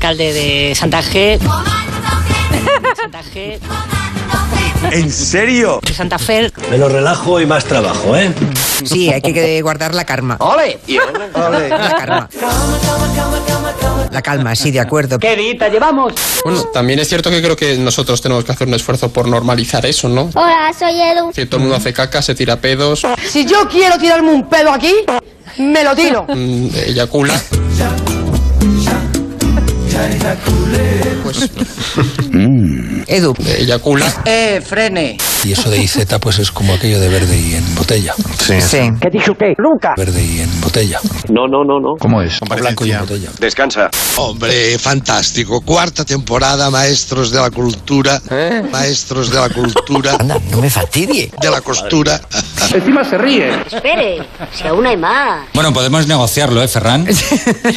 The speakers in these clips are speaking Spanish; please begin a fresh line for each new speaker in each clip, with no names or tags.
alcalde de Santa G. Santa G.
¿En serio?
de Santa Fe.
Menos relajo y más trabajo, ¿eh?
Sí, hay que guardar la calma.
¡Ole!
La calma. La calma, sí, de acuerdo.
¡Qué dita llevamos!
Bueno, también es cierto que creo que nosotros tenemos que hacer un esfuerzo por normalizar eso, ¿no?
Hola, soy Edu.
Que todo el mundo hace caca, se tira pedos,
Si yo quiero tirarme un pedo aquí, me lo tiro.
mm, eyacula. Pues
Edu,
eyacula.
Eh, frene.
Y eso de IZ pues es como aquello de verde y en botella.
sí.
¿Qué dice usted? Nunca.
Verde y en botella.
¿Cómo es?
Blanco y en botella.
Descansa.
Hombre, fantástico. Cuarta temporada, maestros de la cultura. Maestros de la cultura.
¿Eh? Anda, no me fastidie.
De la costura.
Espere, si aún hay más.
Bueno, podemos negociarlo, ¿eh, Ferran?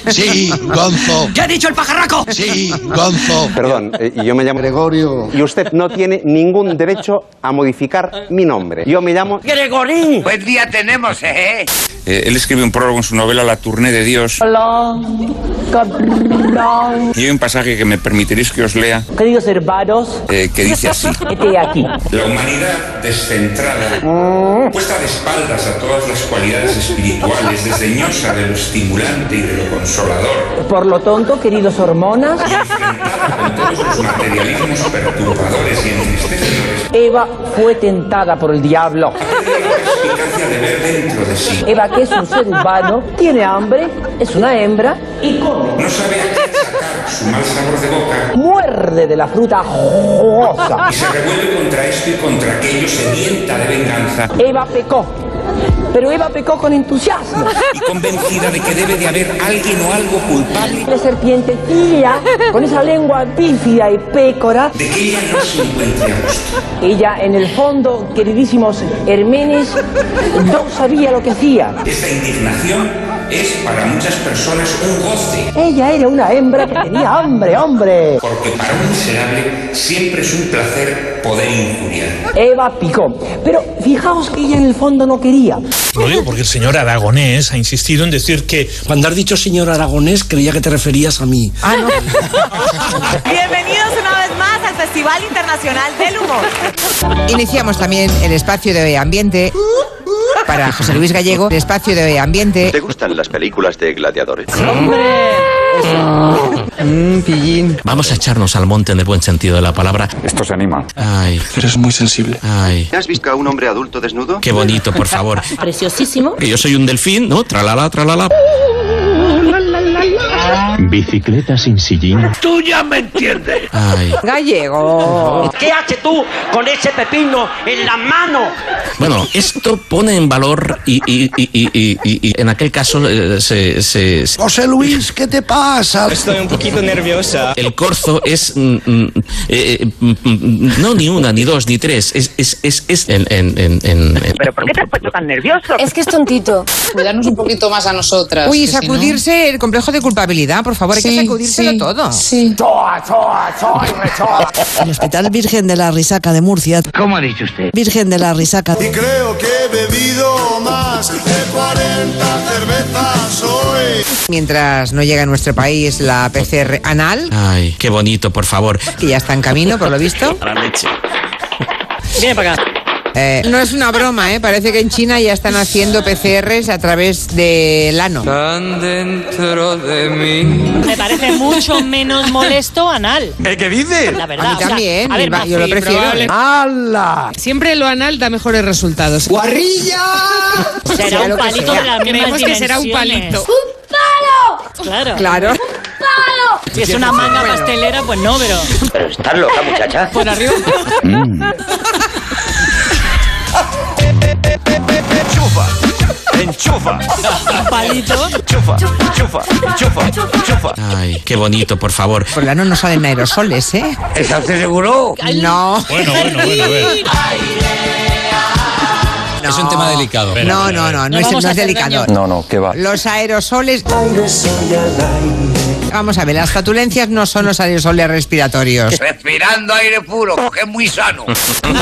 Sí, Gonzo.
¡Ya ha dicho el pajarraco!
Sí, Gonzo.
Perdón, eh, yo me llamo Gregorio. Y usted no tiene ningún derecho a modificar mi nombre. Yo me llamo
¡Gregorín!
Buen día tenemos, eh.
él escribe un prólogo en su novela La Tournée de Dios. Y hay un pasaje que me permitiréis que os lea,
Queridos hermanos,
eh, que dice así.
este aquí.
La humanidad descentrada, puesta de espaldas a todas las cualidades espirituales, desdeñosa de lo estimulante y de lo consolador,
Por lo tonto, queridos hormonas,
enfrentada con todos sus materialismos perturbadores y entristecedores,
Eva fue tentada por el diablo.
ha perdido la perspicacia de ver dentro de sí.
Eva, que es un ser humano, tiene hambre, es una hembra y come.
No sabe a qué sacar su mal sabor de boca
Muerde de la fruta jugosa.
y se revuelve contra esto y contra aquello, sedienta de venganza.
Eva pecó. Pero Eva pecó con entusiasmo.
y convencida de que debe de haber alguien o algo culpable,
La serpiente tía, con esa lengua bífida y pécora,
de que ella no se encuentre a gusto.
ella en el fondo, queridísimos hermenes, no sabía lo que hacía.
Esta indignación es para muchas personas un goce,
Ella era una hembra que tenía hambre, hombre.
porque para un miserable siempre es un placer poder injuriar.
Eva picó. Pero fijaos que ella en el fondo no quería.
Lo digo porque el señor Aragonés ha insistido en decir que
Cuando has dicho señor aragonés, creía que te referías a mí.
Ah, Bienvenidos una vez más al Festival Internacional del Humor.
Iniciamos también el espacio de ambiente para José Luis Gallego. El espacio de ambiente.
¿Te gustan las películas de gladiadores?
Vamos a echarnos al monte en el buen sentido de la palabra.
Esto se anima.
Ay,
eres muy sensible.
ay.
¿Has visto a un hombre adulto desnudo?
Qué bonito, por favor.
Preciosísimo.
Que yo soy un delfín, ¿no? Tralala, tralala.
Bicicleta sin sillín.
Ay.
Gallego.
¿Qué haces tú con ese pepino en la mano?
Bueno, esto pone en valor y, y, y, y, y- y- y en aquel caso eh, se, se- se-
José Luis, ¿qué te pasa?
Estoy un poquito nerviosa.
el corzo es mm, mm, eh, eh, mm, mm, no ni una ni dos ni tres es es es, es en, en, en, en- en-
¿Pero por qué te has puesto tan nervioso?
Es que es tontito.
Cuidarnos un poquito más a nosotras.
Uy,
que si no-
sacudirse el complejo de culpabilidad, por favor, hay que sacudírselo
sí,
todo.
Sí.
El Hospital Virgen de la Risaca de Murcia. ¿Cómo ha dicho usted? Virgen de la Risaca.
Y creo que he bebido más de 40 cervezas hoy.
Mientras no llega a nuestro país la PCR anal,
ay qué bonito por favor
que ya está en camino, por lo visto.
A la leche
Viene para acá.
Eh, no es una broma, ¿eh? Parece que en China ya están haciendo PCRs a través del ano.
Me parece mucho menos molesto anal.
¿Eh, ¿Qué dices?
La verdad.
A mí
o sea,
también,
a ver,
va-
más
yo lo
sí,
prefiero. Ah,
probable.
¡Hala!
Siempre lo anal da mejores resultados.
¡Guarrilla!
pues
Será un palito de la misma
¡Palo!
Claro.
Claro.
Si es una manga
Bueno.
pastelera, pues no, pero
Pero estás loca, muchacha.
por arriba.
Mm.
Enchufa. Enchufa.
Un palito.
Enchufa. Enchufa. Enchufa. Enchufa.
ay qué bonito por favor
Por el ano no salen aerosoles, ¿eh?
¿Estás seguro?
No.
Bueno, bueno, bueno, a ver.
no.
Es un tema delicado.
No, no, no, no,
No
es,
vamos
no
a
es
hacer
delicado.
daño.
No, no, que va. Los aerosoles Vamos a ver, las flatulencias no son los aerosoles respiratorios.
Respirando aire puro, que es muy sano.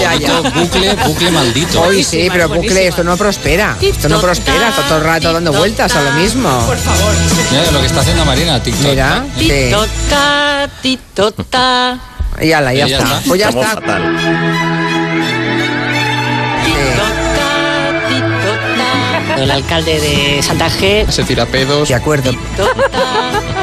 Ya, ya.
Bucle, bucle maldito.
Hoy sí, pero bucle, esto no prospera. Esto no prospera, está todo el rato dando vueltas a lo mismo.
Por favor. Mira lo que está haciendo Marina, TikTok.
Mira, sí.
Titota, titota.
Y ala, ya,
Y ya
está.
está.
Pues ya
Estamos
está.
fatal.
Titota, titota. El alcalde de Santa G.
Se tira pedos,
De acuerdo.
Titota,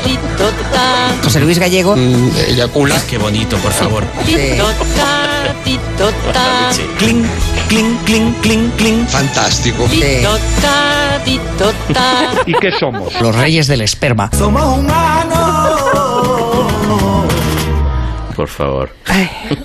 titota.
José Luis Gallego.
mm, eyacula.
Qué bonito, por favor.
Sí.
Titota, titota.
Cling, cling, cling, cling, cling.
Fantástico.
Titota, titota.
¿Y qué somos?
Los reyes del esperma.
Por favor.